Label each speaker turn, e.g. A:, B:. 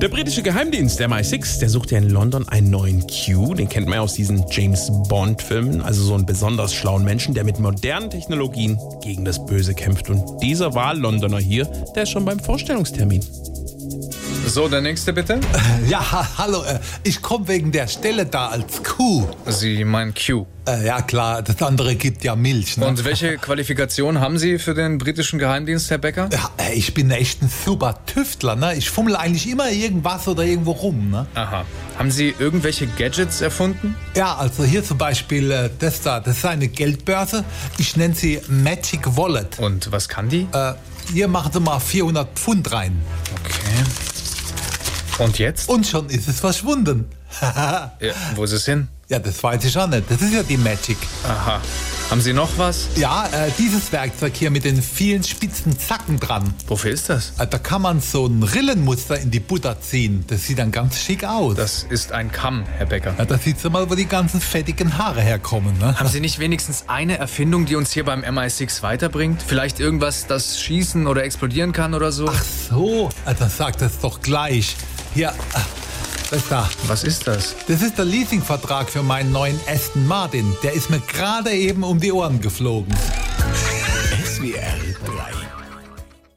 A: Der britische Geheimdienst, der MI6, der sucht ja in London einen neuen Q. Den kennt man ja aus diesen James Bond-Filmen. Also so einen besonders schlauen Menschen, der mit modernen Technologien gegen das Böse kämpft. Und dieser Wahl-Londoner hier, der ist schon beim Vorstellungstermin.
B: So, der nächste bitte.
C: Ja, ha, hallo, äh, ich komme wegen der Stelle da als Kuh.
B: Sie meinen Q.
C: Äh, ja klar, das andere gibt ja Milch. Ne?
B: Und welche Qualifikation haben Sie für den britischen Geheimdienst, Herr Becker?
C: Ja, äh, ich bin echt ein super Tüftler, ne? Ich fummle eigentlich immer irgendwas oder irgendwo rum, ne?
B: Aha. Haben Sie irgendwelche Gadgets erfunden?
C: Ja, also hier zum Beispiel äh, das da, das ist eine Geldbörse. Ich nenne sie Magic Wallet.
B: Und was kann die?
C: Äh, hier machen Sie mal 400 Pfund rein.
B: Okay. Und jetzt?
C: Und schon ist es verschwunden.
B: Ja, wo ist es hin?
C: Ja, das weiß ich auch nicht. Das ist ja die Magic.
B: Aha. Haben Sie noch was?
C: Ja, äh, dieses Werkzeug hier mit den vielen spitzen Zacken dran.
B: Wofür ist das?
C: Äh, da kann man so ein Rillenmuster in die Butter ziehen. Das sieht dann ganz schick aus.
B: Das ist ein Kamm, Herr Becker.
C: ja, da sieht sie mal, wo die ganzen fettigen Haare herkommen. Ne?
B: Haben Sie nicht wenigstens eine Erfindung, die uns hier beim MI6 weiterbringt? Vielleicht irgendwas, das schießen oder explodieren kann oder so?
C: Ach so, äh, dann sagt das doch gleich. Hier, äh, das da.
B: Was ist das?
C: Das ist der Leasingvertrag für meinen neuen Aston Martin. Der ist mir gerade eben um die Ohren geflogen.
D: SWR 3.